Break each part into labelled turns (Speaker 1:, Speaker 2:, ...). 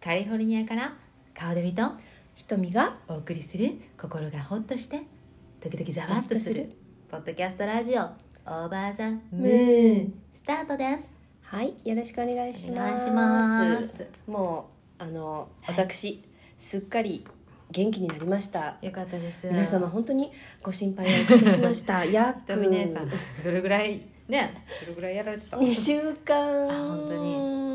Speaker 1: カリフォルニアから顔で見と
Speaker 2: 瞳が
Speaker 1: お送りする心がほっとして時々ざわっとするポッドキャストラジオオーバーザムーンスタートです
Speaker 2: はいよろしくお願いし
Speaker 1: お
Speaker 2: ます
Speaker 1: 願いします
Speaker 2: もうあの
Speaker 1: はい
Speaker 2: 私すっかり元気になりました
Speaker 1: よかったです
Speaker 2: 皆様本当にご心配をおかけしました やっ
Speaker 1: ひと
Speaker 2: と
Speaker 1: み姉さんどれぐらいねどれぐらいやられて た
Speaker 2: 2週間
Speaker 1: あ本当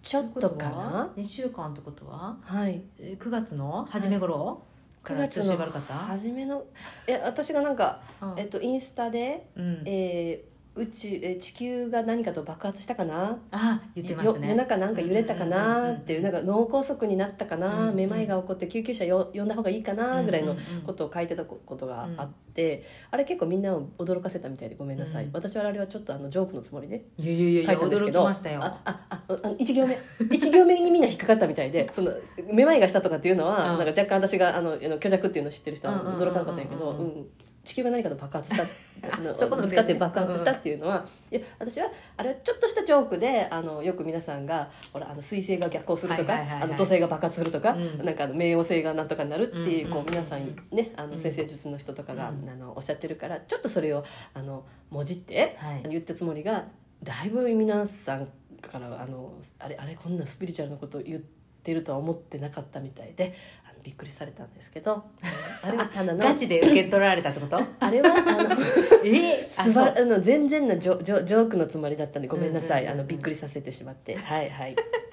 Speaker 2: ちょっとかな
Speaker 1: 2週間ってことは
Speaker 2: はい
Speaker 1: えー9月の初め頃、から調子が悪かった、
Speaker 2: 初め のいや私がなんか、
Speaker 1: うん
Speaker 2: えっと、インスタで、
Speaker 1: うん、
Speaker 2: えー宇宙えー地球が何かと爆発したかな
Speaker 1: あ言ってました
Speaker 2: よ夜
Speaker 1: ね
Speaker 2: 中なんか揺れたかなっていう
Speaker 1: うんう
Speaker 2: なんんか脳梗塞になったか
Speaker 1: うん
Speaker 2: な、
Speaker 1: うん
Speaker 2: めまいが起こって救急車よ呼んだ方がいいかなぐらいのこととを書いてたことがあって、あれ結構みんなを驚かせたみたいでごめんなさい、
Speaker 1: うん
Speaker 2: 私はあれはちょっとあのジョークのつもりで
Speaker 1: いやいやいやい
Speaker 2: 書
Speaker 1: や
Speaker 2: いたんです
Speaker 1: 驚
Speaker 2: け
Speaker 1: き
Speaker 2: ど
Speaker 1: ましたよ
Speaker 2: ああああの1行目一行目にみんな引っかかったみた いでそのめまいがしたとかっていうのは、
Speaker 1: うん
Speaker 2: なんか若干私があのあの虚弱っていうのを知ってる人は
Speaker 1: うんうんうんうんうん
Speaker 2: 驚かなかったんやけど、うん地球が何かと爆発したあの
Speaker 1: そこの
Speaker 2: ぶつかって爆発したっていうのは、いや私はあれはちょっとしたジョークであのよく皆さんがほらあの彗星が逆行するとか、
Speaker 1: はいはいはいはい
Speaker 2: あの土星が爆発するとか、
Speaker 1: うん
Speaker 2: なんかあの冥王星がなんとかになるっていう,、
Speaker 1: うん
Speaker 2: こ
Speaker 1: うん
Speaker 2: う皆さんねあ
Speaker 1: う
Speaker 2: の
Speaker 1: ん
Speaker 2: 先生術の人とかが、
Speaker 1: うん
Speaker 2: あのおっしゃってるからちょっとそれをあのもじって
Speaker 1: はい
Speaker 2: 言ったつもりがだいぶ皆さんからあのあれあれこんなスピリチュアルなこと言ってるとは思ってなかったみたいであのびっくりされたんですけどあれはただの
Speaker 1: ガチで受け取られたってこと
Speaker 2: あれはあの
Speaker 1: えー、あそ
Speaker 2: すば
Speaker 1: う
Speaker 2: あの全然のジョジョジョークのつもりだったんでごめんなさ
Speaker 1: う
Speaker 2: い、
Speaker 1: んうんうんうん
Speaker 2: あのびっくりさせてしま ってはいはいうん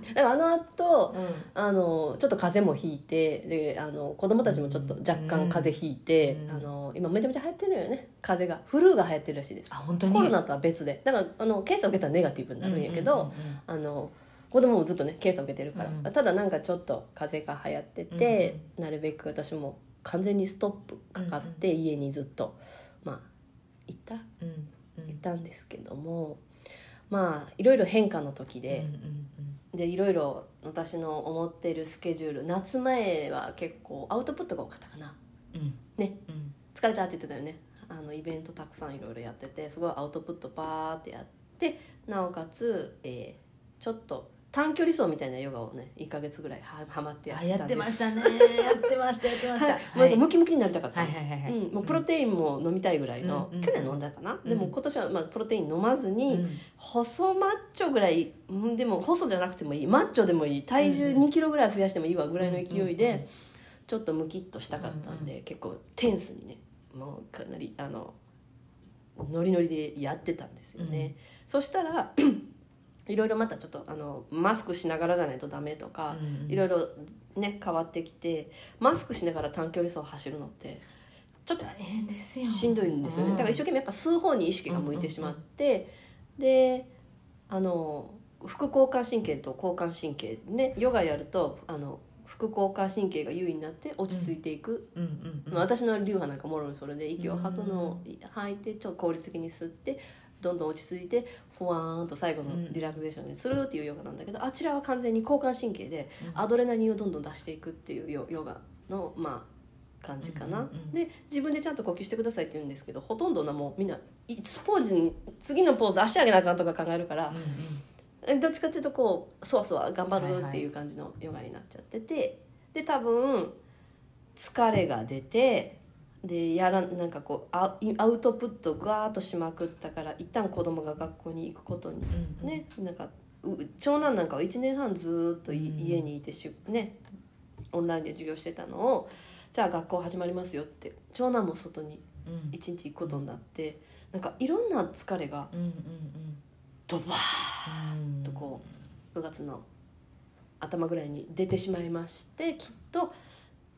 Speaker 2: でもあの後あのちょっと風邪もひいてであの子供たちもちょっと若干風邪ひいて、
Speaker 1: うん
Speaker 2: あの今めちゃめちゃ流行ってるよね風邪がフルーが流行ってるらしいです
Speaker 1: あ本当に
Speaker 2: コロナとは別でだからあの検査を受けたらネガティブになるんやけど、あの子供もずっとね検査を受けてるから、
Speaker 1: うん
Speaker 2: ただなんかちょっと風邪が流行ってて、なるべく私も完全にストップかかって家にずっと、まあいた
Speaker 1: うんうんうん
Speaker 2: いたんですけどもまあいろいろ変化の時で、
Speaker 1: うんうん
Speaker 2: でいろいろ私の思ってるスケジュール夏前は結構アウトプットが多かったかな
Speaker 1: うん
Speaker 2: ね
Speaker 1: うん
Speaker 2: 疲れたって言ってたよねあのイベントたくさんいろいろやっててすごいアウトプットバーってやってなおかつ、えーちょっと短距離走みたいなヨガをね1か月ぐらいははまってやっ
Speaker 1: あ
Speaker 2: て
Speaker 1: や
Speaker 2: た
Speaker 1: っ
Speaker 2: ん
Speaker 1: て
Speaker 2: で
Speaker 1: ますしたねやってましたやってました
Speaker 2: はい、もうムキムキになりたかった、
Speaker 1: はいはいはいはい
Speaker 2: うん、もうプロテインも飲みたいぐらいの、
Speaker 1: うんうん
Speaker 2: 去年飲んだかな、でも
Speaker 1: うん
Speaker 2: 今年は、まあ、プロテイン飲まずに、
Speaker 1: うん
Speaker 2: 細マッチョぐらいうんでも細じゃなくてもいいマッチョでもいい体重
Speaker 1: うんうん
Speaker 2: 2キロぐらい増やしてもいいわぐらいの勢いで、
Speaker 1: うんうんうん
Speaker 2: ちょっとムキッとしたかったんで、
Speaker 1: うん
Speaker 2: 結構テンスにねもうかなりあのノリノリでやってたんですよね、そしたら いろいろまたちょっとあのマスクしながらじゃないとダメとか、
Speaker 1: うんうん
Speaker 2: いろいろね変わってきてマスクしながら短距離走を走るのってちょっと
Speaker 1: 大変ですよ
Speaker 2: しんどいんですよね、
Speaker 1: う
Speaker 2: だから一生懸命やっぱ吸う方に意識が向いてしまって、であの副交感神経と交感神経ねヨガやるとあの副交感神経が優位になって落ち着いていく、
Speaker 1: うんうんうん
Speaker 2: まあ私の流派なんかもろにそれで息を吐くのを
Speaker 1: う
Speaker 2: 吐いてちょっと効率的に吸ってどんどん落ち着いてふわーんと最後のリラクゼーションにするっていうヨガなんだけど、あちらは完全に交感神経でアドレナリンをどんどん出していくっていうヨヨガのまあ感じかな、
Speaker 1: うんうんうん
Speaker 2: で自分でちゃんと呼吸してくださいって言うんですけどほとんどなもうみんないつポーズに次のポーズ足上げなあかんとか考えるか
Speaker 1: う
Speaker 2: ら
Speaker 1: ん、うん
Speaker 2: えどっちかっていうとこうそわそわ頑張
Speaker 1: はい
Speaker 2: る
Speaker 1: はい
Speaker 2: っていう感じのヨガになっちゃってて、で多分疲れが出てでやらなんかこうアウアウトプットガーッとしまくったから一旦子供が学校に行くことに
Speaker 1: うんうん
Speaker 2: ね、なんかう長男なんかは1年半ずーっとい、
Speaker 1: うん
Speaker 2: 家にいてし、ね、オンラインで授業してたのをじゃあ学校始まりますよって長男も外に
Speaker 1: うん
Speaker 2: 1日行くことになって、なんかいろんな疲れが
Speaker 1: うんうん
Speaker 2: ドバー
Speaker 1: うんうん
Speaker 2: とこ部活の頭ぐらいに出てしまいましてきっと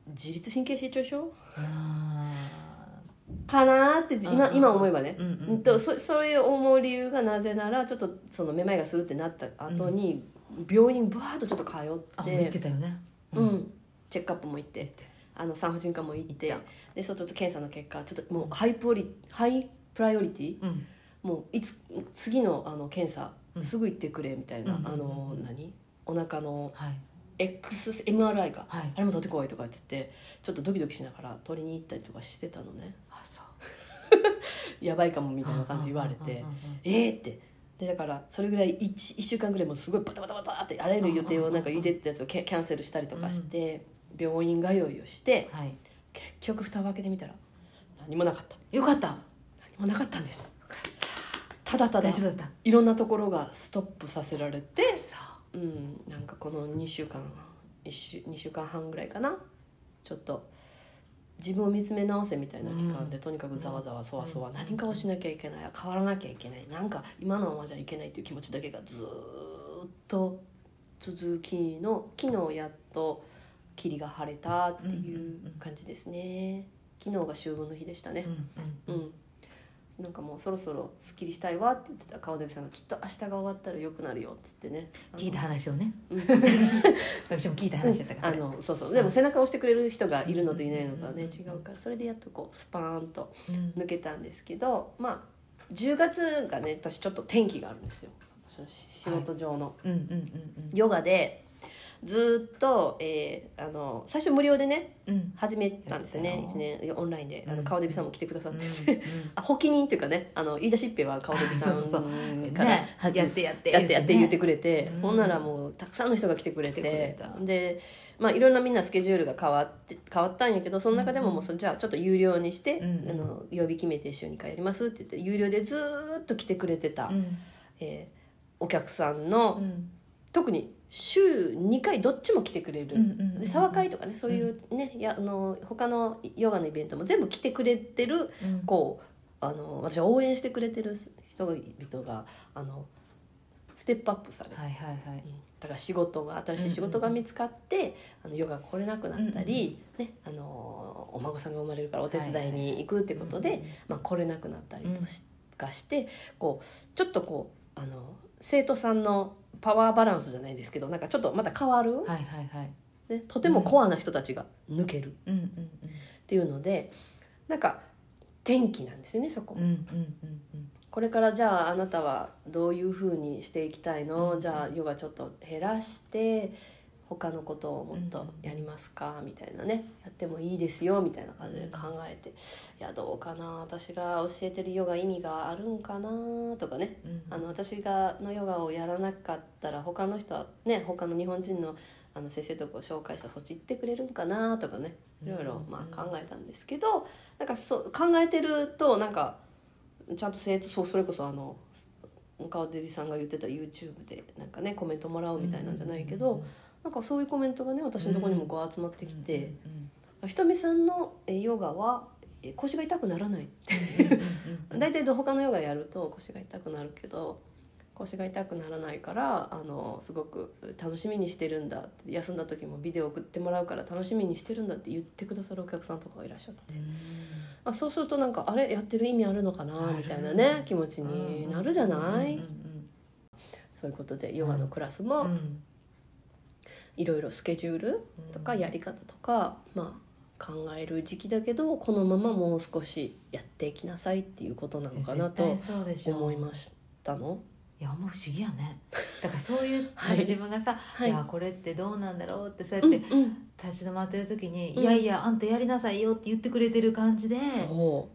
Speaker 2: 自律神経失調症
Speaker 1: あ
Speaker 2: かなーってじ今,、
Speaker 1: うん
Speaker 2: 今思えばね
Speaker 1: ー、うんうん
Speaker 2: うんとそそれを思う理由がなぜならちょっとそのめまいがするってなった後に、病院ぶわーっとちょっと通
Speaker 1: あ
Speaker 2: っ
Speaker 1: 言っててたよね
Speaker 2: うんチェックアップも行っ
Speaker 1: 言ってて
Speaker 2: あの産婦人科も行って
Speaker 1: 行っ
Speaker 2: でそうちょっと検査の結果ちょっともうハイプオリハイプライオリティ
Speaker 1: うん
Speaker 2: もういつ次のあの検査
Speaker 1: うん
Speaker 2: すぐ行ってくれみたいな、
Speaker 1: うん
Speaker 2: あの何お腹の
Speaker 1: はい
Speaker 2: XMRI か
Speaker 1: はい
Speaker 2: あれも取ってこいとかって言ってちょっとドキドキしながら取りに行ったりとかしてたのね
Speaker 1: あそう
Speaker 2: やばいかもみたいな感じ言われて
Speaker 1: うんうんうんうん
Speaker 2: えーってでだからそれぐらい 1, 1週間ぐらいもうすごいバタバタバタってあらゆる予定をなんか入れてたやつをキャキャンセルしたりとかして、病院通いをして
Speaker 1: はい
Speaker 2: 結局蓋を開けてみたら何もなかった
Speaker 1: よかった
Speaker 2: 何もなかったんですただただ
Speaker 1: 大丈夫だった
Speaker 2: いろんなところがストップさせられて、
Speaker 1: そ
Speaker 2: うん、なんかこの2週間1週2週間半ぐらいかなちょっと自分を見つめ直せみたいな期間で、
Speaker 1: うん
Speaker 2: とにかくざわざわそわそわ、
Speaker 1: うん
Speaker 2: 何かをしなきゃいけない変わらなきゃいけないなんか今のままじゃいけないっていう気持ちだけがずーっと続きの昨日やっと霧が晴れたっていう感じですね、昨日が秋分の日でしたね
Speaker 1: う、うん
Speaker 2: う
Speaker 1: うん
Speaker 2: ん、なんかもうそろそろすっきりしたいわって言ってた川出さんが「きっと明日が終わったら良くなるよ」っつってね
Speaker 1: 聞いた話をね
Speaker 2: うん
Speaker 1: 私も聞いた
Speaker 2: う
Speaker 1: 話だった
Speaker 2: ん
Speaker 1: か
Speaker 2: あ
Speaker 1: らそれ
Speaker 2: のそうそうでも背中を押してくれる人がいるのといないのとはね
Speaker 1: うん
Speaker 2: 違うからそれでやっとこうスパーンと
Speaker 1: うん
Speaker 2: 抜けたんですけどまあ10月がね私ちょっと天気があるんですよ私の仕事上の、
Speaker 1: うんうんうん
Speaker 2: ヨガでずーっと、えーあの最初無料でね
Speaker 1: うんうん
Speaker 2: 始めたんですよ
Speaker 1: やっ
Speaker 2: ね
Speaker 1: てた
Speaker 2: 一
Speaker 1: よ
Speaker 2: 年オンラインであ
Speaker 1: う
Speaker 2: の
Speaker 1: ん
Speaker 2: 川出さんも来てくださ
Speaker 1: う
Speaker 2: っ
Speaker 1: ん
Speaker 2: てて、
Speaker 1: うん
Speaker 2: あ発起人っていうかねあの言い出しっぺは顔でさ ん
Speaker 1: そうそうそう
Speaker 2: から、
Speaker 1: ね
Speaker 2: は
Speaker 1: やってやって
Speaker 2: やってやって言ってくれて、
Speaker 1: うん
Speaker 2: ほんならもうたくさんの人が来てくれて
Speaker 1: 来てくれた
Speaker 2: で、まあ、いろんなみんなスケジュールが変わって変わったんやけどその中でも
Speaker 1: うん
Speaker 2: もうそじゃあちょっと有料にして、
Speaker 1: うん
Speaker 2: あの曜日決めて週2回やりますって言って有料でずーっと来てくれてた、
Speaker 1: うん
Speaker 2: えーお客さんの、
Speaker 1: うん
Speaker 2: 特に週2回どっちも来てくれる。
Speaker 1: うんうん
Speaker 2: で沢会とかねそういうね、いやあの他のヨガのイベントも全部来てくれてる
Speaker 1: うん
Speaker 2: こうあの私は応援してくれてる人々があのステップアップされる、
Speaker 1: はいはいはい
Speaker 2: うんだから仕事が新しい仕事が見つかって、あのヨガが来れなくなったり、ね、あのお孫さんが生まれるからお手伝いに行くってことで、まあ、来れなくなったりとしがしてこうちょっとこうあの生徒さんのパワーバランスじゃないですけどなんかちょっとまた変わる、
Speaker 1: はいはいはい
Speaker 2: ね、とてもコアな人たちが抜ける
Speaker 1: うん
Speaker 2: っていうのでなんか天気なんですよねそこ
Speaker 1: うんうんうんうんうん
Speaker 2: これからじゃああなたはどういうふうにしていきたいの、
Speaker 1: うん
Speaker 2: じゃあヨガちょっと減らして他のことをもっとやりますか、みたいなねやってもいいですよみたいな感じで考えて、いやどうかな私が教えてるヨガ意味があるんかなとかね
Speaker 1: うん
Speaker 2: あの私がのヨガをやらなかったら他の人はね他の日本人のあの先生とかを紹介したらそっち行ってくれるんかなとかねいろいろまあ考えたんですけどなんかそう考えてるとなんかちゃんと生徒そうそれこそあの川出さんが言ってた YouTube でなんかねコメントもらうみたいなんじゃないけどなんかそういうコメントがね私のところにもこう集まってきてひとみさんのえヨガはえ腰が痛くならない
Speaker 1: だ
Speaker 2: 大体ど他のヨガやると腰が痛くなるけど腰が痛くならないからあのすごく楽しみにしてるんだって休んだ時もビデオ送ってもらうから楽しみにしてるんだって言ってくださるお客さんとかがいらっしゃるあそうするとなんかあれやってる意味あるのかな
Speaker 1: ある
Speaker 2: みたいなね気持ちになるじゃない、そういうことでヨガのクラスもいろいろスケジュールとかやり方とか、まあ考える時期だけどこのままもう少しやっていきなさいっていうことなのかなと
Speaker 1: そうでしょ
Speaker 2: 思いましたの。
Speaker 1: いやほんま不思議や ねだからそういう
Speaker 2: はい
Speaker 1: 自分がさ
Speaker 2: はい
Speaker 1: やこれってどうなんだろうってそうやって
Speaker 2: うんうん
Speaker 1: 立ち止まってる時に
Speaker 2: うん
Speaker 1: いやいやあんたやりなさいよって言ってくれてる感じで
Speaker 2: そ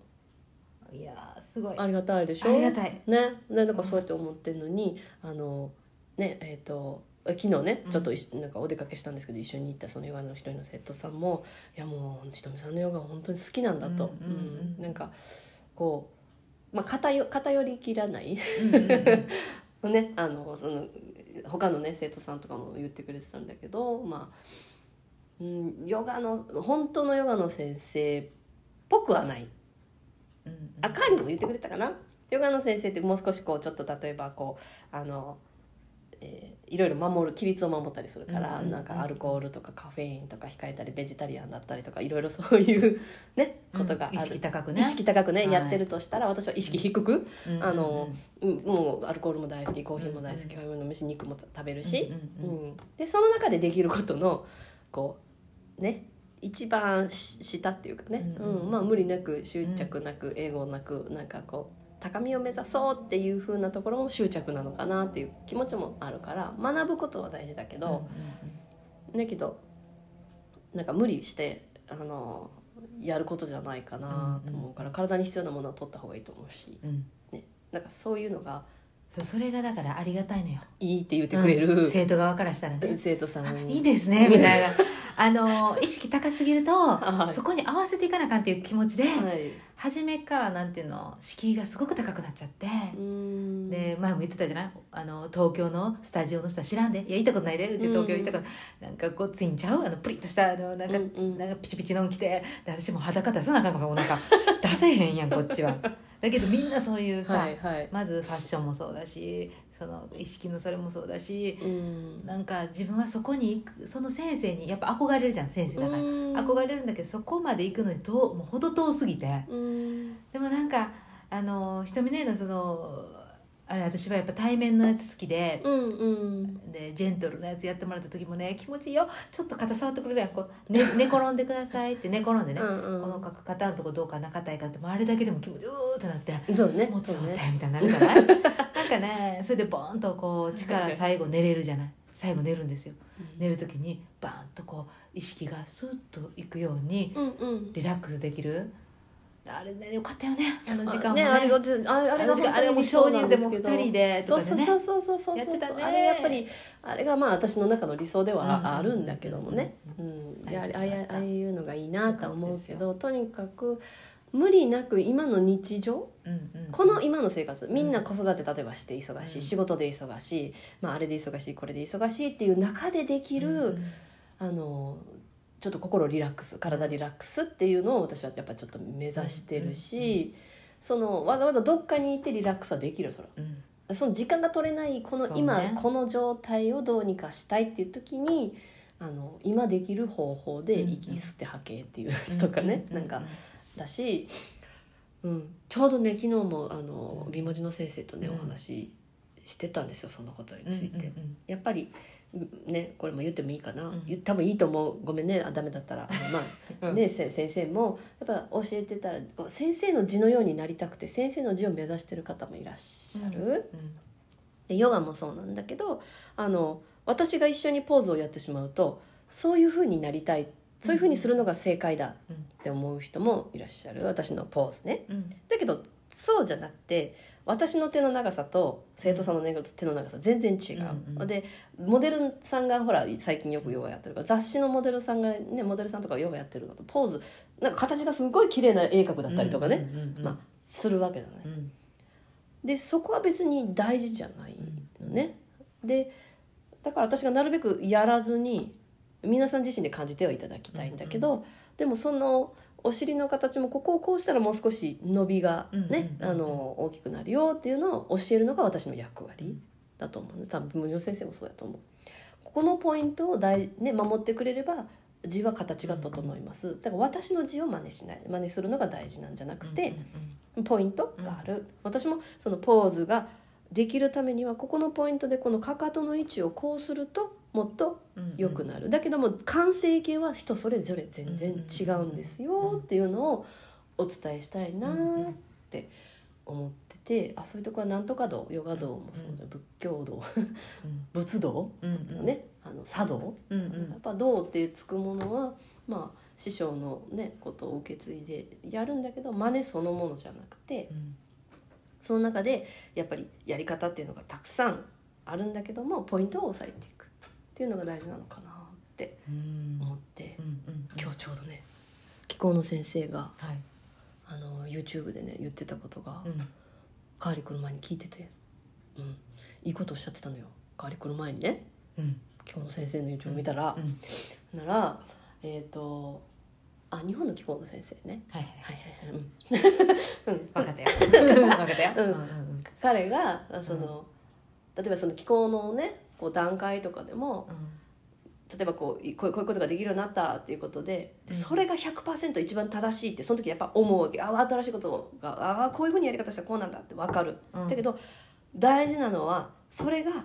Speaker 1: いやーすごいう
Speaker 2: ありがたいでしょ
Speaker 1: ありがた い
Speaker 2: ねねだからそうやって思ってるのにあのねえっ、と昨日ね
Speaker 1: うん
Speaker 2: ちょっといし、なんかお出かけしたんですけど一緒に行ったそのヨガの一人の生徒さんもいやもうひとみさんのヨガ本当に好きなんだと、
Speaker 1: うんうんうん
Speaker 2: なんかこう、まあ、偏偏りきらない
Speaker 1: うんうんうん
Speaker 2: ねあのその他のね生徒さんとかも言ってくれてたんだけどまあ、うん、ヨガの本当のヨガの先生っぽくはない
Speaker 1: うん
Speaker 2: あカーリーも言ってくれたかなヨガの先生ってもう少しこうちょっと例えばこうあの、えーいろいろ守る規律を守ったりするか
Speaker 1: うん
Speaker 2: ら、
Speaker 1: うんうん
Speaker 2: なんかアルコールとかカフェインとか控えたりベジタリアンだったりとかいろいろそういうね
Speaker 1: うん
Speaker 2: ことがある、
Speaker 1: 意識高くね
Speaker 2: 意識高くね、
Speaker 1: はい
Speaker 2: やってるとしたら私は意識低く、
Speaker 1: うんうんうん
Speaker 2: あのうん、もうアルコールも大好きコーヒーも大好
Speaker 1: うん
Speaker 2: き
Speaker 1: うん
Speaker 2: カフェインも飲むし肉も食べる
Speaker 1: うん
Speaker 2: し、
Speaker 1: うんうん
Speaker 2: うん、でその中でできることのこうね一番し下っていうかね、
Speaker 1: う
Speaker 2: うん
Speaker 1: うん
Speaker 2: んまあ、無理なく執着なく、英語なくなんかこう高みを目指そうっていう風なところも執着なのかなっていう気持ちもあるから学ぶことは大事だけど、だけどなんか無理してあのやることじゃないかなと思うから、体に必要なものは取った方がいいと思うし
Speaker 1: うんうん
Speaker 2: なんかそういうのが
Speaker 1: そうそれがだからありがたいのよ
Speaker 2: いいって言ってくれる、
Speaker 1: うん生徒側からしたらね
Speaker 2: 生徒さん
Speaker 1: いいですねみたいなあの意識高すぎると、
Speaker 2: はい
Speaker 1: そこに合わせていかなあかんっていう気持ちで、
Speaker 2: はい、
Speaker 1: 初めからなんていうの敷居がすごく高くなっちゃって、
Speaker 2: うん
Speaker 1: で前も言ってたじゃないあの東京のスタジオの人は知らんでいや行ったことないでうち東京行ったこと、なんかごっついんちゃうあのプリッとしたあのなんか、
Speaker 2: うんうん
Speaker 1: なんかピチピチのん着てで私もう裸出さなあかんからお腹出せへんやんこっちはだけどみんなそういうさ、
Speaker 2: はいはい、
Speaker 1: まずファッションもそうだしその意識のそれもそうだし
Speaker 2: うん
Speaker 1: なんか自分はそこに行くその先生にやっぱ憧れるじゃん先生だから、憧れるんだけどそこまで行くのにどうもう程遠すぎて
Speaker 2: うん
Speaker 1: でもなんかあの瞳ねのそのあれ私はやっぱ対面のやつ好きで。
Speaker 2: うんうん
Speaker 1: でジェントルなやつやってもらった時もね気持ちいいよちょっと肩触ってくれるやんこう、 ね、寝転んでくださいって寝転んでね、
Speaker 2: うん
Speaker 1: この肩のとこどうかな硬いかってもうあれだけでも気持ちうーってなって
Speaker 2: うんそうね
Speaker 1: もうちょっ
Speaker 2: そ
Speaker 1: と
Speaker 2: う
Speaker 1: 待っ
Speaker 2: ね
Speaker 1: てみたいになるじゃ ないなんかねそれでボーンとこう力最後寝れるじゃない最後寝るんですよ寝る時にバーンとこう意識がスーッといくように
Speaker 2: うんうん
Speaker 1: リラックスできるあれねよかったよねあの時間
Speaker 2: あ
Speaker 1: も
Speaker 2: ね
Speaker 1: ね
Speaker 2: あれがあれあ
Speaker 1: あれ
Speaker 2: れ
Speaker 1: が
Speaker 2: が本当に
Speaker 1: あれがもう
Speaker 2: 少
Speaker 1: 少
Speaker 2: 人
Speaker 1: 人
Speaker 2: で
Speaker 1: で
Speaker 2: も
Speaker 1: も
Speaker 2: 二
Speaker 1: 二
Speaker 2: 人
Speaker 1: 人
Speaker 2: で
Speaker 1: で
Speaker 2: そ
Speaker 1: と
Speaker 2: う
Speaker 1: かで
Speaker 2: そう
Speaker 1: ね
Speaker 2: そうそうそうそう
Speaker 1: やってたね
Speaker 2: あれやっぱりあれがまあ私の中の理想ではああるんだけどもね、うん
Speaker 1: うん
Speaker 2: いやあれああ
Speaker 1: やっ
Speaker 2: や
Speaker 1: てた
Speaker 2: ああいうのがいいなとは思うけどとにかく無理なく今の日常
Speaker 1: うんうん
Speaker 2: この今の生活みんな子育て例えばして忙しい、
Speaker 1: うん
Speaker 2: 仕事で忙しい、まあ、あれで忙しいこれで忙しいっていう中でできる、
Speaker 1: うん
Speaker 2: あのちょっと心リラックス体リラックスっていうのを私はやっぱちょっと目指してる
Speaker 1: うんうん
Speaker 2: し、そのわざわざどっかにいてリラックスはできるそら
Speaker 1: うん
Speaker 2: その時間が取れないこの
Speaker 1: そうね
Speaker 2: 今、この状態をどうにかしたいっていう時にあの今できる方法で
Speaker 1: うんうん
Speaker 2: 息吸って吐けっていうやつとかね、
Speaker 1: うう
Speaker 2: なんかだし、うん、ちょうどね昨日もあの
Speaker 1: うん
Speaker 2: 美文字の先生とね、
Speaker 1: うん
Speaker 2: お話ししてたんですよそのことに
Speaker 1: うんうん
Speaker 2: ついて。
Speaker 1: うん
Speaker 2: やっぱりうねこれも言ってもいいかな、
Speaker 1: うん
Speaker 2: 言ったもいいと思うごめんねあダメだったらあのまあ、
Speaker 1: うん
Speaker 2: ね、せ先生もやっぱ教えてたら先生の字のようになりたくて先生の字を目指してる方もいらっしゃる、
Speaker 1: うん
Speaker 2: でヨガもそうなんだけどあの私が一緒にポーズをやってしまうとそういうふうになりたいそういうふうにするのが正解だって思う人もいらっしゃる私のポーズね。
Speaker 1: うん
Speaker 2: だけどそうじゃなくて私の手の長さと生徒さんのね手の長さ全然違う、
Speaker 1: うんうん
Speaker 2: でモデルさんがほら最近よくヨガやってるから雑誌のモデルさんがねモデルさんとかがヨガやってるのとポーズなんか形がすごい綺麗な鋭角だったりとかね、
Speaker 1: うんうんうん
Speaker 2: まあするわけじゃない。
Speaker 1: うん
Speaker 2: でそこは別に大事じゃないのね。でだから私がなるべくやらずに皆さん自身で感じてはいただきたいんだけど、でもそのお尻の形もここをこうしたらもう少し伸びがね、
Speaker 1: うんうんうんうん
Speaker 2: あの大きくなるよっていうのを教えるのが私の役割だと思うね多分文字の先生もそうだと思う。ここのポイントを大、ね、守ってくれれば字は形が整いますだから私の字を真似しない真似するのが大事なんじゃなくて、ポイントがある、私もそのポーズができるためにはここのポイントでこのかかとの位置をこうするともっと
Speaker 1: うんうんうん
Speaker 2: 良くなる、だけども完成形は人それぞれ全然違うんですよっていうのをお伝えしたいなって思っててあそういうとこはなんとか道ヨガ道もそうだ仏教道
Speaker 1: うん
Speaker 2: 仏道、
Speaker 1: うんうん
Speaker 2: ねあの茶道、
Speaker 1: うんう
Speaker 2: や
Speaker 1: ん
Speaker 2: っぱ道っていうつくものはまあ師匠のねことを受け継いでやるんだけど真似そのものじゃなくて、
Speaker 1: うん
Speaker 2: その中でやっぱりやり方っていうのがたくさんあるんだけどもポイントを押さえていくっていうのが大事なのかなって
Speaker 1: うん
Speaker 2: 思って
Speaker 1: うんうん
Speaker 2: 今日ちょうどね気候の先生が
Speaker 1: はい
Speaker 2: あの YouTube でね言ってたことが
Speaker 1: うん
Speaker 2: 帰り来る前に聞いてて、うん、いいことおっしゃってたのよ帰り来る前にね
Speaker 1: うん
Speaker 2: 気候の先生の YouTube 見たら
Speaker 1: う、ん
Speaker 2: ならえっ、とあ日本の気候の先生ね
Speaker 1: はいはい
Speaker 2: はいはいはい、うん、
Speaker 1: 分かったよ分かったよ
Speaker 2: うん
Speaker 1: うんうん
Speaker 2: 彼がその、例えばその気候のねこう段階とかでも例えばこういこうこういうことができるようになったっていうことで
Speaker 1: う
Speaker 2: で
Speaker 1: ん
Speaker 2: それが100%一番正しいってその時やっぱ思うわけああ新しいことがああこういうふうにやり方したらこうなんだって分かる、
Speaker 1: うん
Speaker 2: だけど大事なのはそれが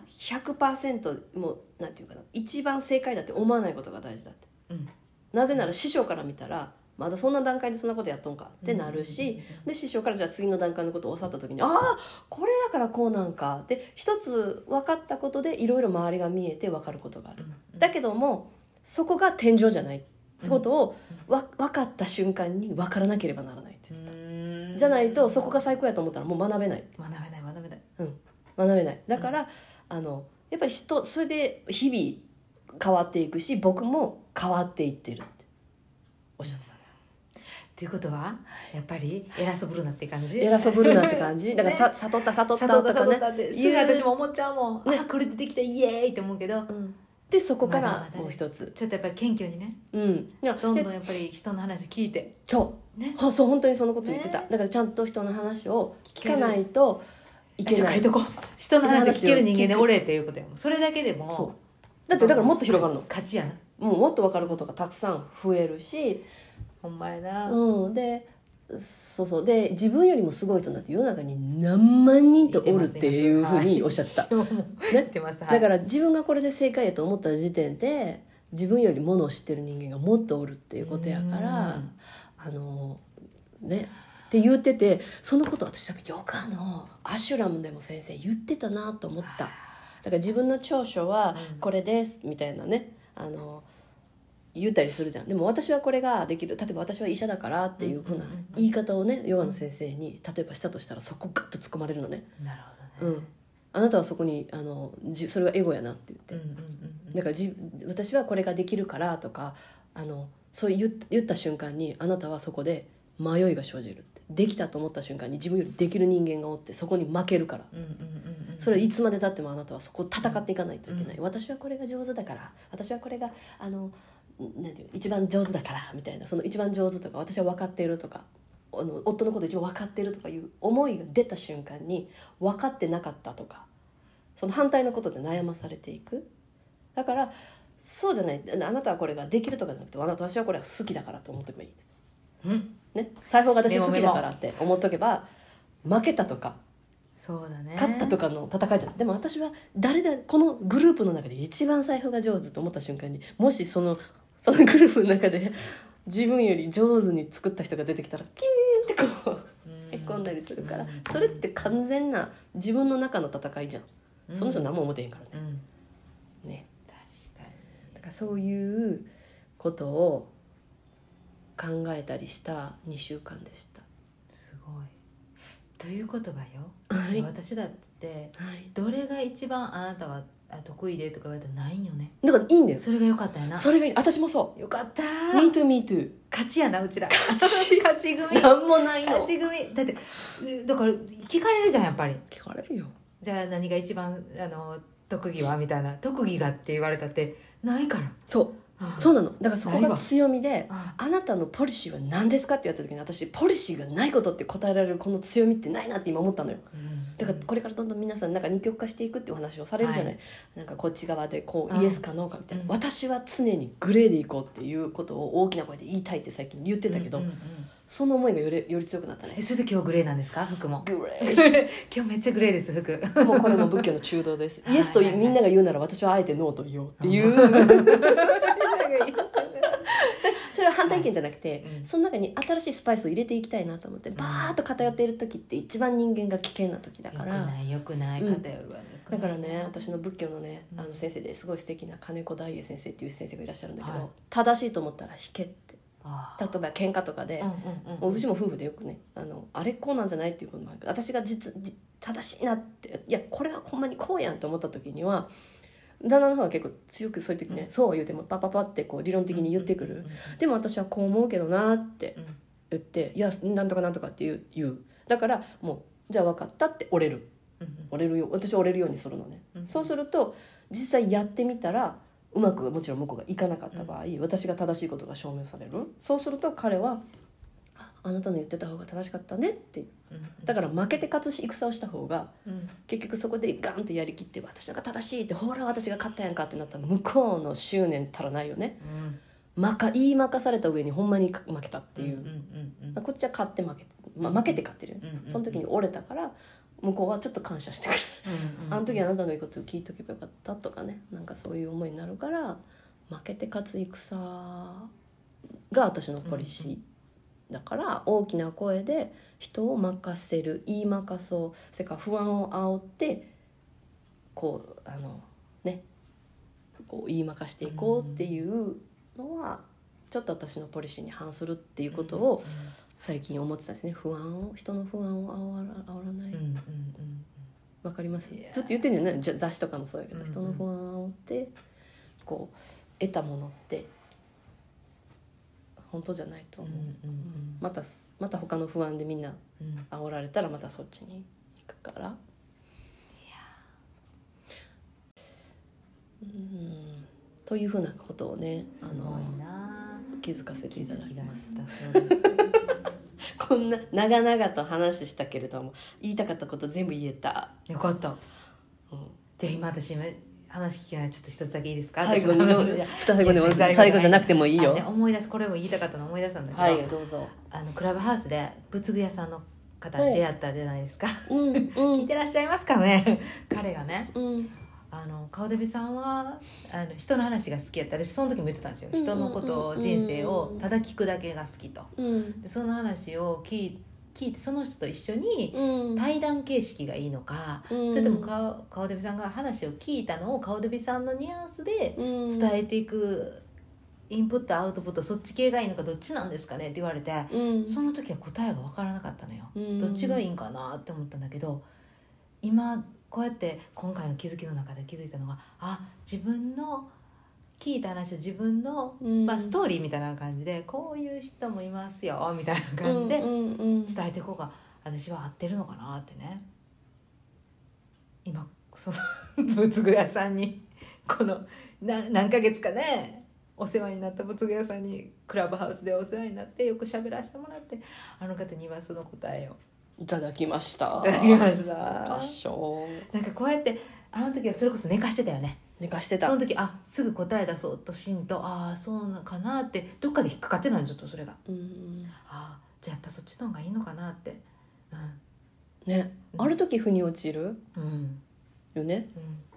Speaker 2: 100%もうなんていうかな一番正解だって思わないことが大事だって、
Speaker 1: うん
Speaker 2: なぜなら師匠から見たらまだそんな段階でそんなことやっとんかってなるし、で師匠からじゃあ次の段階のことを教わった時に「ああこれだからこうなんか」で一つ分かったことでいろいろ周りが見えて分かることがある。
Speaker 1: うん
Speaker 2: だけどもそこが天井じゃないってことを
Speaker 1: う
Speaker 2: わ分かった瞬間に分からなければならないって言ってた、
Speaker 1: うん
Speaker 2: じゃないとそこが最高やと思ったらもう学べない
Speaker 1: 学べない学べない
Speaker 2: うん学べないだから、あのやっぱり人それで日々変わっていくし僕も変わっていってるっておっしゃってた
Speaker 1: ということはやっぱり偉そうぶるなって感じ
Speaker 2: エラソブルなって感 じだからさ悟った悟ったとかね
Speaker 1: ねす
Speaker 2: 言
Speaker 1: ぐ
Speaker 2: う
Speaker 1: 私も思っちゃうもん、あこれでできたイエーイって思うけど
Speaker 2: うんでそこか
Speaker 1: まだま
Speaker 2: ら
Speaker 1: だ
Speaker 2: もう一つ、
Speaker 1: ちょっとやっぱり謙虚にね
Speaker 2: うんいや
Speaker 1: どんど
Speaker 2: で
Speaker 1: んやっぱり人の話聞いて
Speaker 2: そう、
Speaker 1: ね
Speaker 2: あそう本当にそのこと言ってた、
Speaker 1: ね
Speaker 2: だからちゃんと人の話を聞か
Speaker 1: い
Speaker 2: ないといけ
Speaker 1: ちょっと
Speaker 2: な
Speaker 1: 変え
Speaker 2: い
Speaker 1: とこう人の話聞ける人間
Speaker 2: 人の話を聞
Speaker 1: で
Speaker 2: く
Speaker 1: お礼っていうことやもんそれだけでも
Speaker 2: そうだってだからもっと広がるの
Speaker 1: 勝ちやな
Speaker 2: もうもっと分かることがたくさん増えるし、
Speaker 1: ほんまやな、
Speaker 2: うん、でそうそうで自分よりもすごい人なんて世の中に何万人とおるっていうふうにおっしゃ ってた、
Speaker 1: はい言ってます、はい
Speaker 2: だから自分がこれで正解やと思った時点で自分よりものを知ってる人間がもっとおるっていうことやから
Speaker 1: うん
Speaker 2: あのねって言っててそのこと私多分ヨガのアシュラムでも先生言ってたなと思っただから自分の長所は
Speaker 1: うん
Speaker 2: これですみたいなねあの言ったりするじゃんでも私はこれができる例えば私は医者だからっていうふうな
Speaker 1: うんうんうんうん
Speaker 2: 言い方をねヨガの先生に例えばしたとしたらそこガッと突っ込まれるのね
Speaker 1: なるほど
Speaker 2: う
Speaker 1: ね、
Speaker 2: ん、あなたはそこにあのじそれがエゴやなって言って、
Speaker 1: うんうんうん
Speaker 2: だからじ私はこれができるからとかあのそう言っ言った瞬間にあなたはそこで迷いが生じるってできたと思った瞬間に自分よりできる人間がおってそこに負けるから。
Speaker 1: うんうんうんうんうん
Speaker 2: それはいつまでたってもあなたはそこを戦っていかないといけない、
Speaker 1: う
Speaker 2: 私はこれが上手だから私はこれがあのんなんていうの一番上手だからみたいなその一番上手とか私は分かっているとかあの夫のこと一番分かっているとかいう思いが出た瞬間に分かってなかったとかその反対のことで悩まされていくだからそうじゃないあなたはこれができるとかじゃなくてあなた私はこれが好きだからと思っておけばいい、
Speaker 1: うん
Speaker 2: ね、裁縫が私
Speaker 1: メモ
Speaker 2: 好き
Speaker 1: メモ
Speaker 2: だからって思っとけば負けたとか
Speaker 1: そうだね
Speaker 2: 勝ったとかの戦いじゃんでも私は誰だこのグループの中で一番財布が上手と思った瞬間にもしそのそのグループの中で自分より上手に作った人が出てきたらキーンってこうへこんだりするからそれって完全な自分の中の戦いじゃんその人何も思ってへんから
Speaker 1: う
Speaker 2: ね
Speaker 1: ん、うん、
Speaker 2: ね
Speaker 1: 確か
Speaker 2: だからそういうことを考えたりした2週間でした
Speaker 1: にすごいということはよ、
Speaker 2: はい
Speaker 1: 私だって
Speaker 2: はい
Speaker 1: どれが一番あなたはあ得意でとか言われたらないんよね
Speaker 2: だからいいんだよ
Speaker 1: それが良かったよな
Speaker 2: それがいい私もそ
Speaker 1: よかった
Speaker 2: う「MeTooMeToo
Speaker 1: 勝ちやなうちら
Speaker 2: 勝ち
Speaker 1: 勝ち」組
Speaker 2: 何もないの
Speaker 1: 勝ち組だってえだから聞かれるじゃんやっぱり
Speaker 2: 聞かれるよ
Speaker 1: じゃあ何が一番あの特技はみたいな特技がって言われたってないから
Speaker 2: そうそうなのだからそこ
Speaker 1: ない
Speaker 2: が
Speaker 1: わ
Speaker 2: 強みで
Speaker 1: あ
Speaker 2: あなたのポリシーは何ですかって言われた時に私ポリシーがないことって答えられるこの強みってないなって今思ったのよ
Speaker 1: うん
Speaker 2: だからこれからどんどん皆さんなんか二極化していくってお話をされるじゃない、
Speaker 1: は
Speaker 2: なんかこっち側でこ
Speaker 1: あ
Speaker 2: うイエスかノーかみたいな、
Speaker 1: うん
Speaker 2: 私は常にグレーでいこうっていうことを大きな声で言いたいって最近言ってたけど、
Speaker 1: うんうんうん
Speaker 2: その思いがよりより強くなったね
Speaker 1: えそれで今日グレーなんですか服も
Speaker 2: グレ
Speaker 1: 今日めっちゃグレーです服
Speaker 2: ー もうこれも仏教の中道ですイエスと
Speaker 1: はいはいはい
Speaker 2: みんなが言うなら私はあえてノーと言おうっていうそれは反対意見じゃなくて、
Speaker 1: はいうん
Speaker 2: その中に新しいスパイスを入れていきたいなと思って、バーッと偏っている時って一番人間が危険な時だ
Speaker 1: よ
Speaker 2: か
Speaker 1: く
Speaker 2: ら
Speaker 1: ないよくない
Speaker 2: うん
Speaker 1: 偏るわよくな
Speaker 2: だ
Speaker 1: い
Speaker 2: からね私の仏教のねあの先生ですごい素敵な金子大栄先生っていう先生がいらっしゃるんだけど、
Speaker 1: はい
Speaker 2: 正しいと思ったら引けって
Speaker 1: あ
Speaker 2: 例えば喧嘩とか
Speaker 1: ー
Speaker 2: で、
Speaker 1: うんうん
Speaker 2: も
Speaker 1: う
Speaker 2: うんうちも夫婦でよくねあのあれこうなんじゃないっていうこともあるけど私が実じ正しいなっていやこれはほんまにこうやんと思った時には旦那の方は結構強くそういう時ね、
Speaker 1: うん
Speaker 2: そうは言うてもパパパってこう理論的に言ってくる、
Speaker 1: うんうん
Speaker 2: でも私はこう思うけどなって
Speaker 1: うん
Speaker 2: 言って「いやなんとかなんとか」って言う言うだからもう「じゃあ分かった」って折れる
Speaker 1: うん
Speaker 2: 折れるよ私は折れるようにするのね、
Speaker 1: うん
Speaker 2: そうすると実際やってみたらうまくもちろん向こうがいかなかった場合、私が正しいことが証明されるそうすると彼は「ああなたの言ってた方が正しかったね」っていう
Speaker 1: うんうん
Speaker 2: だから負けて勝つし戦をした方が
Speaker 1: うん
Speaker 2: 結局そこでガンとやりきって「私のが正しい」って「ほら私が勝ったやんか」ってなったら向こうの執念足らないよね
Speaker 1: うん
Speaker 2: 負か言い負かされた上にほんまに負けたっていう、
Speaker 1: うんうん
Speaker 2: こっちは勝って負け、まあ、負けて勝ってるよね、
Speaker 1: うんうん
Speaker 2: その時に折れたから向こうはちょっと感謝してくれる、
Speaker 1: うんうん
Speaker 2: あの時あなたの言うことを聞いとけばよかったとかねなんかそういう思いになるから負けて勝つ戦が私のポリシー、
Speaker 1: うん
Speaker 2: だから大きな声で人を任せる言い任そうそれから不安を煽ってこうあのねこう言いまかしていこうっていうのは、ちょっと私のポリシーに反するっていうことを、最近思ってたんですね不安を人の不安をあおら煽らな
Speaker 1: うんうんう
Speaker 2: い、
Speaker 1: ん
Speaker 2: わかります
Speaker 1: いや
Speaker 2: ずっと言ってんじゃない雑誌とかもそうやけど、
Speaker 1: うんうん
Speaker 2: 人の不安ってこう得たものって本当じゃないと
Speaker 1: うん
Speaker 2: 思う、
Speaker 1: うん
Speaker 2: またまた他の不安でみんな
Speaker 1: うん
Speaker 2: 煽られたらまたそっちに行くからうんというふうなことをね
Speaker 1: す
Speaker 2: あ
Speaker 1: ごい
Speaker 2: の
Speaker 1: な
Speaker 2: 気づかせていただきます
Speaker 1: 気づきがあったそうです
Speaker 2: こんな長々と話したけれども言いたかったこと全部言えた、
Speaker 1: よかった
Speaker 2: うん
Speaker 1: じゃあ今私今話聞きながらちょっと一つだけいいですか
Speaker 2: 最後に
Speaker 1: 私のいや
Speaker 2: 最後に
Speaker 1: いや
Speaker 2: 最後じゃなくてもいい
Speaker 1: あ
Speaker 2: よ
Speaker 1: ね、思い出すこれも言いたかったの思い出したんだけど、
Speaker 2: はいどうぞ
Speaker 1: あのクラブハウスで仏具屋さんの方
Speaker 2: はい
Speaker 1: に出会ったじゃないですか、
Speaker 2: うんう
Speaker 1: 聞い
Speaker 2: ん
Speaker 1: てらっしゃいますかね彼がね
Speaker 2: うん
Speaker 1: あの顔デビさんはあの人の話が好きやった私その時も言ってたんですよ
Speaker 2: うんうんうん
Speaker 1: 人のことを人生をただ聞くだけが好きと
Speaker 2: うん
Speaker 1: でその話を聞い聞いてその人と一緒に
Speaker 2: うん
Speaker 1: 対談形式がいいのか、それとも顔顔デビさんが話を聞いたのを顔デビさんのニュアンスで
Speaker 2: 伝
Speaker 1: 伝えていくインプットアウトプットそっち系がいいのかどっちなんですかねって言われて
Speaker 2: うん
Speaker 1: その時は答えが分からなかったのよ。
Speaker 2: うん
Speaker 1: どっちがいいんかなって思ったんだけど今こうやって今回の気づきの中で気づいたのがあ自分の聞いた話を自分の、
Speaker 2: うん
Speaker 1: まあ、ストーリーみたいな感じでこういう人もいますよみたいな感じで
Speaker 2: うんうん
Speaker 1: 伝えていこうが私は合ってるのかなってね今その仏具屋さんにこのな何ヶ月かねお世話になった仏具屋さんにクラブハウスでお世話になってよく喋らせてもらってあの方にはその答えを
Speaker 2: いただきました
Speaker 1: いただきまし
Speaker 2: 合
Speaker 1: た
Speaker 2: 唱
Speaker 1: なんかこうやってあの時はそれこそ寝かしてたよね
Speaker 2: 寝かして
Speaker 1: そ
Speaker 2: た
Speaker 1: の時あすぐ答え出そうとしんとああそうなのかなってどっかで引っかかってないのちょっとそれが
Speaker 2: うん
Speaker 1: ああじゃあやっぱそっちの方がいいのかなって
Speaker 2: ねある時腑に落ちる
Speaker 1: うんうん
Speaker 2: よね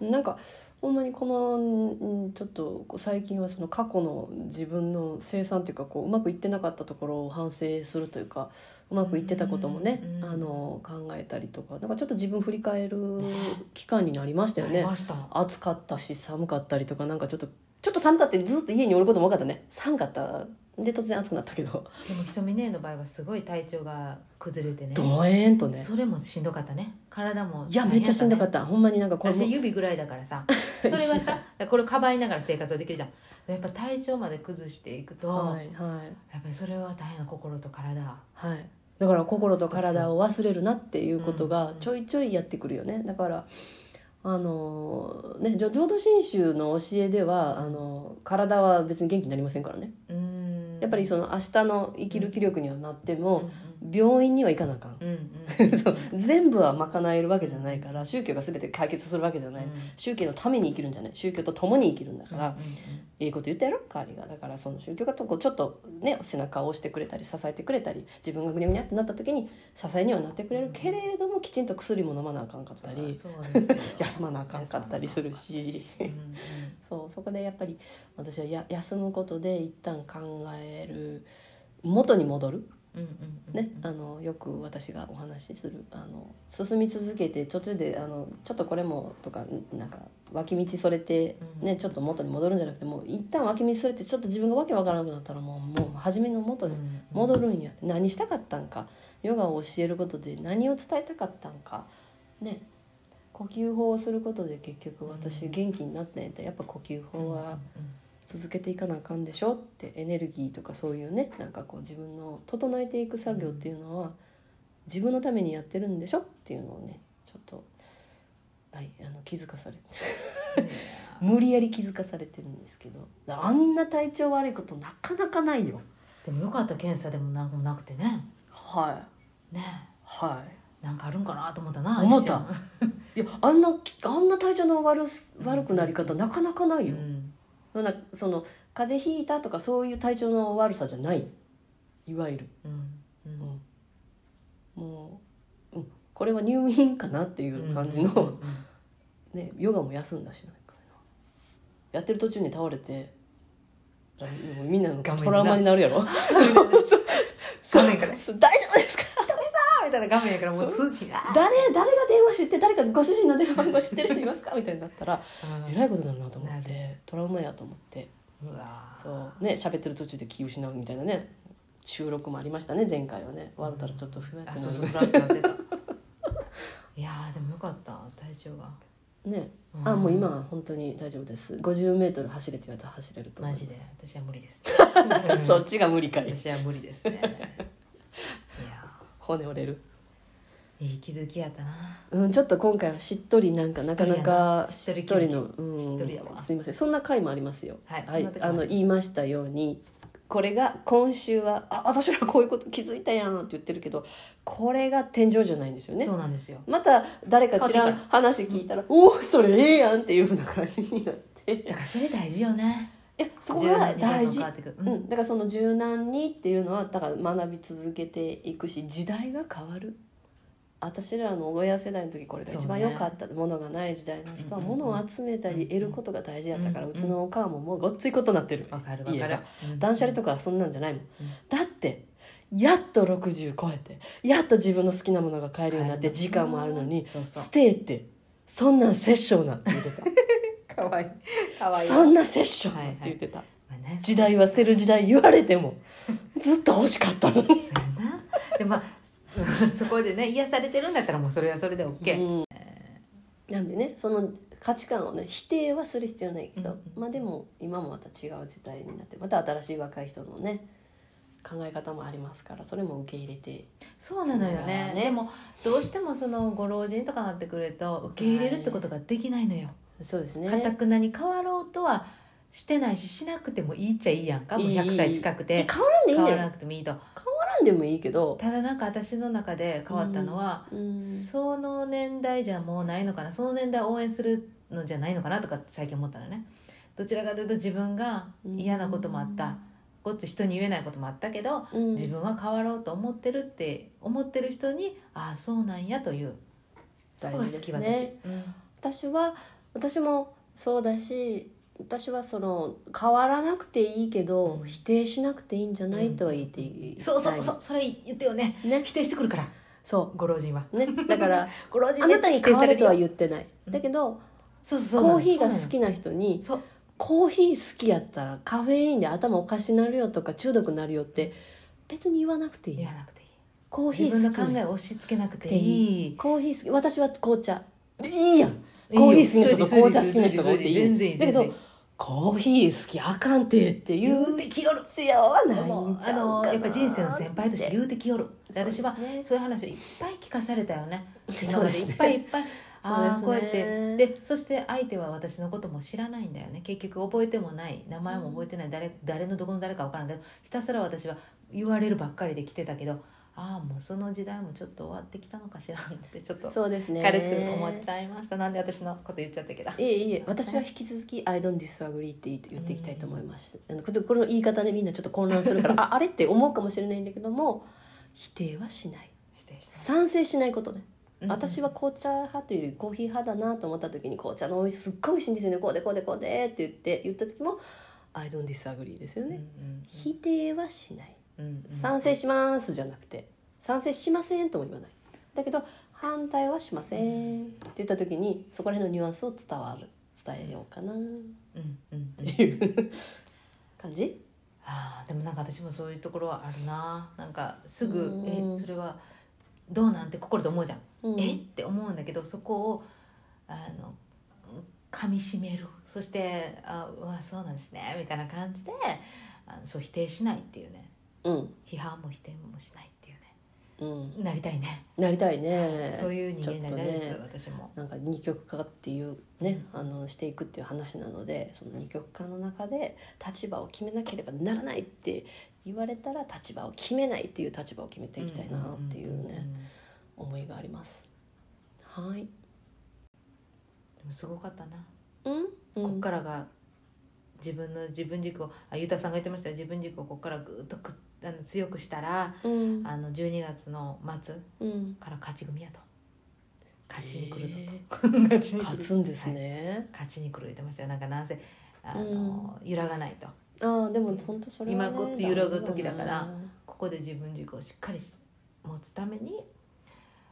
Speaker 1: うん
Speaker 2: なんかほんまにこのんちょっとこう最近はその過去の自分の生産というかこううまくいってなかったところを反省するというかうまくいってたこともね、
Speaker 1: うんうん
Speaker 2: あの考えたりとかなんかちょっと自分振り返る
Speaker 1: ね
Speaker 2: 期間になりましたよ
Speaker 1: あ
Speaker 2: ね
Speaker 1: り。ました
Speaker 2: 暑かったし寒かったりとかなんかちょっとちょっと寒かったりずっと家におることも多かったね寒かったで突然暑くなったけど
Speaker 1: でも瞳姉の場合はすごい体調が崩れてね
Speaker 2: ドえーんとね
Speaker 1: それもしんどかったね体も
Speaker 2: いやめっちゃしんどか
Speaker 1: っ
Speaker 2: ったほんまになんかこ
Speaker 1: こ
Speaker 2: れ
Speaker 1: れ
Speaker 2: も
Speaker 1: 指ぐらいだから さそれはさこれをかばいながら生活はできるじゃんやっぱ体調まで崩していくと、
Speaker 2: はいはい
Speaker 1: やっぱりそれは大変な心と体
Speaker 2: はい、だから心と体を忘れるなっていうこと
Speaker 1: う
Speaker 2: が
Speaker 1: ん
Speaker 2: ちょいちょいやってくるよねだからあのーね浄浄土真宗の教えではあのー体は別に元気になりませんからね
Speaker 1: うーん
Speaker 2: やっぱりその明日の生きる気力にはなっても、
Speaker 1: う
Speaker 2: 病院には行かなあかん
Speaker 1: んうんうん
Speaker 2: そう全部は賄えるわけじゃないから宗教が全て解決するわけじゃない、宗教のために生きるんじゃない宗教と共に生きるんだから、ええこと言ったやろ代わりがだからその宗教がとこうちょっとね背中を押してくれたり支えてくれたり自分がぐにゃぐにゃってなった時に支えにはなってくれるけれどもきちんと薬も飲まなあかんかったり休まなあかんかったりするしそうそこでやっぱり私はや休むことで一旦考える元に戻るね、あのよく私がお話しするあの進み続けて途中であのちょっとこれもとかんなんか脇道それて、
Speaker 1: うん
Speaker 2: ねちょっと元に戻るんじゃなくてもう一旦脇道それてちょっと自分がわけわからなくなったらもうもう初めの元に戻
Speaker 1: る
Speaker 2: るんやって何したかったんかヨガを教えることで何を伝えたかったんかね呼吸法をすることで結局私元気になってんやったらやっぱ呼吸法は続けていかなあかんでしょってエネルギーとかそういうねなんかこう自分の整えていく作業っていうのは自分のためにやってるんでしょっていうのをねちょっと、はい、あの気づかされて無理やり気づかされてるんですけどあんな体調悪いことなかなかないよ。
Speaker 1: でもよかった検査でも何もなくてね
Speaker 2: はい
Speaker 1: ね
Speaker 2: は
Speaker 1: なんかあるんかなと思ったな
Speaker 2: 思ったい、いやあんなあんな体調の悪す悪くなり方なかなかな
Speaker 1: 一
Speaker 2: い
Speaker 1: 瞬
Speaker 2: よ
Speaker 1: う。ん
Speaker 2: そんなその風邪ひいたとかそういう体調の悪さじゃないいわゆる。
Speaker 1: うんうん
Speaker 2: もう、うん、これは入院かなっていう感 じの、ね、ヨガも休んだしなんかやってる途中に倒れてだもうみん なの
Speaker 1: 画面
Speaker 2: トラウマになるやろ
Speaker 1: 画面から
Speaker 2: そう 大丈夫ですか
Speaker 1: みたいな画面やからもう通知が
Speaker 2: 誰誰が電話知って誰かご主人の電話番号知ってる人います かみたいになったらえらいことになるなと思っ
Speaker 1: な
Speaker 2: てトラウマやと思って
Speaker 1: うわ
Speaker 2: そうね喋ってる途中で気を失うみたいなね収録もありましたね前回はね笑ったらちょっとふやっ
Speaker 1: あ
Speaker 2: て
Speaker 1: そう
Speaker 2: な
Speaker 1: そう
Speaker 2: る
Speaker 1: フラッとなってたいやーでもよかった体調が、
Speaker 2: ね
Speaker 1: ん
Speaker 2: あもう今は本当に大丈夫です5 0ル走れって言われたら走れると思
Speaker 1: マ
Speaker 2: います
Speaker 1: ジで私は無理です
Speaker 2: そっちが無理かい
Speaker 1: 私は無理ですねいや
Speaker 2: 骨折れる
Speaker 1: ーいい気づきやったな
Speaker 2: うんちょっと今回はしっとりなんかなかなか
Speaker 1: しっとりやな
Speaker 2: しっとりのうん
Speaker 1: しっとりやわ
Speaker 2: すいませんそんな回もありますよ
Speaker 1: はい
Speaker 2: はい
Speaker 1: そんな時もあり
Speaker 2: あ
Speaker 1: ま
Speaker 2: の
Speaker 1: す
Speaker 2: 言いましたようにこれが今週は「あ私らこういうこと気づいたやん」って言ってるけどこれが天井じゃないんですよね
Speaker 1: そうなんですよ
Speaker 2: また誰か知ら
Speaker 1: 買
Speaker 2: ん
Speaker 1: っ
Speaker 2: 話聞いたら「おおそれええやん」っていうふうな感じになって
Speaker 1: だからそれ大事よね
Speaker 2: えそこが大
Speaker 1: 柔
Speaker 2: 事
Speaker 1: 軟にどんどん変わってくるう
Speaker 2: うんん、だからその柔軟にっていうのはだから学び続けていくし時代が変わる私らの親世代の時これが一番
Speaker 1: そう
Speaker 2: 良
Speaker 1: ね
Speaker 2: かった、物がない時代の人は
Speaker 1: うんうんうん
Speaker 2: 物を集めたり得ることが大事やったから、
Speaker 1: う
Speaker 2: うん
Speaker 1: うん
Speaker 2: ちのお母ももうごっついことになってる
Speaker 1: わ、かるわ
Speaker 2: 家
Speaker 1: かる
Speaker 2: が断捨離と
Speaker 1: か
Speaker 2: かそんなんじゃないもん、
Speaker 1: うん
Speaker 2: だってやっと60超えてやっと自分の好きなものが買えるようになって時間もあるのに
Speaker 1: そうそう
Speaker 2: ステイってそんなん殺生なって言って
Speaker 1: かわいいか
Speaker 2: た
Speaker 1: わいい
Speaker 2: そんな殺生なって言ってた、
Speaker 1: まあね
Speaker 2: 時代は捨てる時代言われて もずっと欲しかったのに、
Speaker 1: そうやなでまあ うんそこでね癒されてるんだったらもうそれはそれで OK、
Speaker 2: うんなんでねその価値観をね否定はする必要ないけど、
Speaker 1: うんうん
Speaker 2: まあでも今もまた違う時代になってまた新しい若い人のね考え方もありますからそれも受け入れて
Speaker 1: そうなのよね
Speaker 2: ね
Speaker 1: でもどうしてもそのご老人とかなってくると受け入れるってことができないのよ
Speaker 2: そうですね
Speaker 1: かたくなに変わろうとはしてないししなくてもいいっちゃいいやんかもう
Speaker 2: いい
Speaker 1: 100歳近く
Speaker 2: で
Speaker 1: て
Speaker 2: 変わらんでいい
Speaker 1: 変
Speaker 2: ん
Speaker 1: わ
Speaker 2: だ
Speaker 1: ら
Speaker 2: よ変わ
Speaker 1: なくてもいいと
Speaker 2: らんでもいいけど、
Speaker 1: ただなんか私の中で変わったのは、
Speaker 2: うん
Speaker 1: その年代じゃもうないのかなその年代応援するのじゃないのかなとか最近思ったらねどちらかというと自分が嫌なこともあった、ごっつ人に言えないこともあったけど
Speaker 2: うん
Speaker 1: 自分は変わろうと思ってるって思ってる人にああそうなんやというそこが好き
Speaker 2: 大事です
Speaker 1: 私
Speaker 2: ね、私は私もそうだし私はその変わらなくていいけど、
Speaker 1: うん
Speaker 2: 否定しなくていいんじゃないとは言ってい
Speaker 1: そうそうそうそれ言ってよね
Speaker 2: うね
Speaker 1: 否定してくるから
Speaker 2: そ
Speaker 1: ご老人は
Speaker 2: うねだから
Speaker 1: ご老人
Speaker 2: あなたに変わるとは
Speaker 1: う
Speaker 2: 言ってないだけど、
Speaker 1: そうそうそうなの
Speaker 2: コーヒーが好きな人に
Speaker 1: そう
Speaker 2: コーヒー好きやったらカフェインで頭おかしなるよとか中毒になるよって別に言わなくていい
Speaker 1: 言わなくていい
Speaker 2: コーヒー
Speaker 1: 自分の
Speaker 2: 好
Speaker 1: 考
Speaker 2: きな
Speaker 1: え
Speaker 2: 人
Speaker 1: を押し付けなくていい
Speaker 2: コーヒー好き私は紅茶でいいや
Speaker 1: いいよ
Speaker 2: んコーヒー好きな人と紅茶好きな人がおっていい
Speaker 1: 全然いい
Speaker 2: だけどコーヒー好きあかんてって言
Speaker 1: 言
Speaker 2: う
Speaker 1: うてきよる
Speaker 2: 必要はないんちゃう
Speaker 1: もう
Speaker 2: か
Speaker 1: あ
Speaker 2: な
Speaker 1: のやっぱ人生の先輩として言うてきよるで
Speaker 2: そうです
Speaker 1: 私
Speaker 2: ね
Speaker 1: はそういう話をいっぱい聞かされたよ ね
Speaker 2: そうですね
Speaker 1: いっぱいいっぱいああこ
Speaker 2: そうう
Speaker 1: やっ
Speaker 2: ですね
Speaker 1: てでそして相手は私のことも知らないんだよね結局覚えてもない名前も覚えてない誰誰のどこの誰か分からんけどひたすら私は言われるばっかりで来てたけどああもうその時代もちょっと終わってきたのかしらんってちょっと
Speaker 2: そうですね
Speaker 1: 軽く思っちゃいましたなんで私のこと言っちゃったけど
Speaker 2: いえいえ私は引き続き「I don't disagree」って言っていきたいと思います、あのこれこの言い方でみんなちょっと混乱する からああれって思うかもしれないんだけども否定はしない
Speaker 1: 指定し
Speaker 2: 賛成しないことね、
Speaker 1: た
Speaker 2: 私は紅茶派というよりコーヒー派だなと思った時に紅茶の美味しすっごい美味しいんですよねこうでこうでこうでって言って言った時も「I don't disagree」ですよ
Speaker 1: うんう
Speaker 2: ね、
Speaker 1: ん
Speaker 2: 否定はしない
Speaker 1: うんうん
Speaker 2: 賛成しますじゃなくて賛成しませんとも言わないだけど反対はしませんって言った時にそこら辺のニュアンスを伝わる伝えようかなっ
Speaker 1: うんうんうん
Speaker 2: ていう感じ
Speaker 1: あーでもなんか私もそういうところはあるななんかす
Speaker 2: う
Speaker 1: ぐ「
Speaker 2: ん
Speaker 1: えそれはどうなん?」て心で思うじゃん「
Speaker 2: うん
Speaker 1: えっ?」て思うんだけどそこをあの噛みしめるそして「あうわそうなんですね」みたいな感じであのそう否定しないっていうね
Speaker 2: うん
Speaker 1: 批判も否定もしないっていうね
Speaker 2: うん
Speaker 1: なりたいね、
Speaker 2: なりたいね
Speaker 1: そういう人間になりたいです、
Speaker 2: ちょっと
Speaker 1: 私も。
Speaker 2: なんか二極化っていうねあのしていくっていう話なのでその二極化の中で立場を決めなければならないって言われたら立場を決めないっていう立場を決めていきたいなっていうね、
Speaker 1: んんんん
Speaker 2: 思いがありますはい
Speaker 1: でもすごかったな
Speaker 2: うん、
Speaker 1: ここからが自分の自分軸をあゆうたさんが言ってましたよ自分軸をここからぐっとくあの強くしたら
Speaker 2: うん
Speaker 1: あの12月の末
Speaker 2: うん、
Speaker 1: から勝ち組やと勝ちに来るぞと、
Speaker 2: え
Speaker 1: 勝ちに来
Speaker 2: 勝
Speaker 1: る
Speaker 2: つんです
Speaker 1: はい
Speaker 2: ね、
Speaker 1: 勝ちに来る言ってましたよなんかなんせあの、揺らがないと
Speaker 2: ああでも本当それは、ね、
Speaker 1: 今ごっつ揺らぐ時だから
Speaker 2: 大事だな
Speaker 1: ここで自分軸をしっかり持つために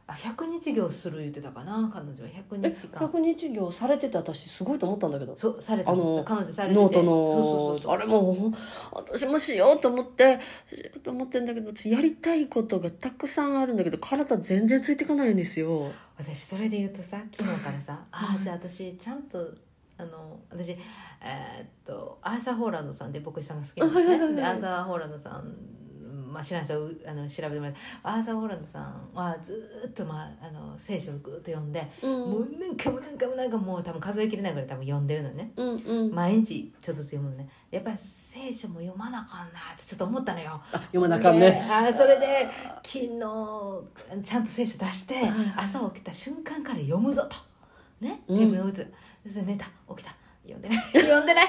Speaker 1: あ100日行する言ってたかな彼女は100
Speaker 2: え
Speaker 1: 日間
Speaker 2: 100日業されてて私すごいと思ったんだけど
Speaker 1: そうされてた
Speaker 2: あの
Speaker 1: 彼女されてて
Speaker 2: ノート
Speaker 1: そうそうそ
Speaker 2: の
Speaker 1: う
Speaker 2: あれもう私もしようと思ってしようと思ってんだけどやりたいことがたくさんあるんだけど体全然ついてかないんですよ
Speaker 1: 私それで言うとさ昨日からさ「あ
Speaker 2: はい
Speaker 1: あじゃあ私ちゃんとあの私えーっとアーサー・ホーランドさんで牧師さんが好きなんです
Speaker 2: あはいはいはい
Speaker 1: ねでアーサー・ホーランドさんまあ知らない人はうあの調べてもらってアーサー・ホーランドさんはずーっと、まあ、あの聖書をぐーっと読んで、
Speaker 2: うん
Speaker 1: もう何回も何回も何回ももう多分数えきれないぐらい多分読んでるのよね
Speaker 2: うんうん
Speaker 1: 毎日ちょっとずつ読むのねやっぱり聖書も読まなあかんなってちょっと思ったのよ
Speaker 2: あ読まなあかんね
Speaker 1: あーそれで昨日ちゃんと聖書出して
Speaker 2: い
Speaker 1: 朝起きた瞬間から読むぞとねテ
Speaker 2: うん
Speaker 1: ーブルに置いて、そして寝た起きた読んでない 読んでない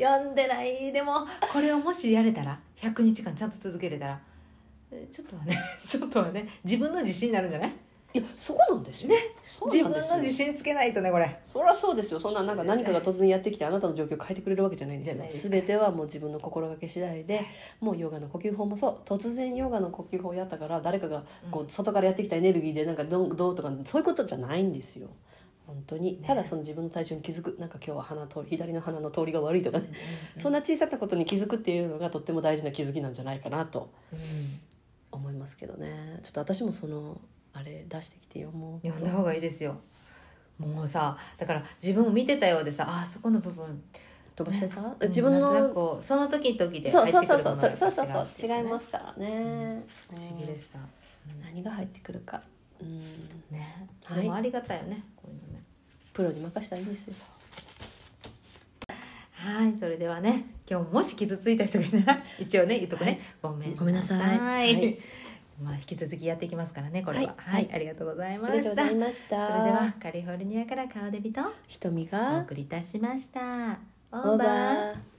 Speaker 1: 読んでないでもこれをもしやれたら100日間ちゃんと続けれたらえちょっとはね ちょっとはね自分の自信になるんじゃない
Speaker 2: いやそこなんですよね
Speaker 1: 自分の自信つけないとねこれ
Speaker 2: そりゃそうですよそんななんか何かが突然やってきてあなたの状況を変えてくれるわけじゃないんです
Speaker 1: じゃ
Speaker 2: よ
Speaker 1: ないです
Speaker 2: 全てはもう自分の心がけ次第でもうヨガの呼吸法もそう突然ヨガの呼吸法をやったから誰かがこ
Speaker 1: うん
Speaker 2: う外からやってきたエネルギーでなんかどうどうとかそういうことじゃないんですよ本当に
Speaker 1: ね
Speaker 2: ただその自分の体調に気づくなんか今日は鼻通り左の鼻の通りが悪いとかね
Speaker 1: うん
Speaker 2: そんな小さなことに気づくっていうのがとっても大事な気づきなんじゃないかなと
Speaker 1: うん
Speaker 2: 思いますけどねちょっと私もそのあれ出してきてよもう
Speaker 1: 読んだ方がいいですよもうさだから自分を見てたようでさあーそこの部分
Speaker 2: 飛ばしてた、
Speaker 1: うん
Speaker 2: 自分
Speaker 1: なんとな
Speaker 2: の
Speaker 1: くこうその時々で
Speaker 2: そう
Speaker 1: 入って
Speaker 2: そう
Speaker 1: く
Speaker 2: そう
Speaker 1: るも
Speaker 2: そう
Speaker 1: の
Speaker 2: そ
Speaker 1: が
Speaker 2: うそうそう
Speaker 1: っていうね
Speaker 2: 違いますからね、
Speaker 1: 不思議でした、
Speaker 2: うん何が入ってくるか、うん、
Speaker 1: ね、
Speaker 2: はい
Speaker 1: でもありがたいよねこういうのね
Speaker 2: プロに任したらいいんですよ
Speaker 1: はいそれではね今日もし傷ついた人がい たら一応ね言っとくね、ごめん
Speaker 2: ごめんなさいはい
Speaker 1: まあ引き続きやっていきますからねこれはは
Speaker 2: はい
Speaker 1: い、
Speaker 2: はい
Speaker 1: ありがとうござい
Speaker 2: あ
Speaker 1: ま
Speaker 2: りが
Speaker 1: し
Speaker 2: と
Speaker 1: た
Speaker 2: う
Speaker 1: そ
Speaker 2: ござ
Speaker 1: れ
Speaker 2: い
Speaker 1: で
Speaker 2: ました
Speaker 1: はカリフォルニアから顔デビと
Speaker 2: 瞳
Speaker 1: お
Speaker 2: が
Speaker 1: 送りいたしましたオ
Speaker 2: オ
Speaker 1: ー
Speaker 2: ー
Speaker 1: バー
Speaker 2: バー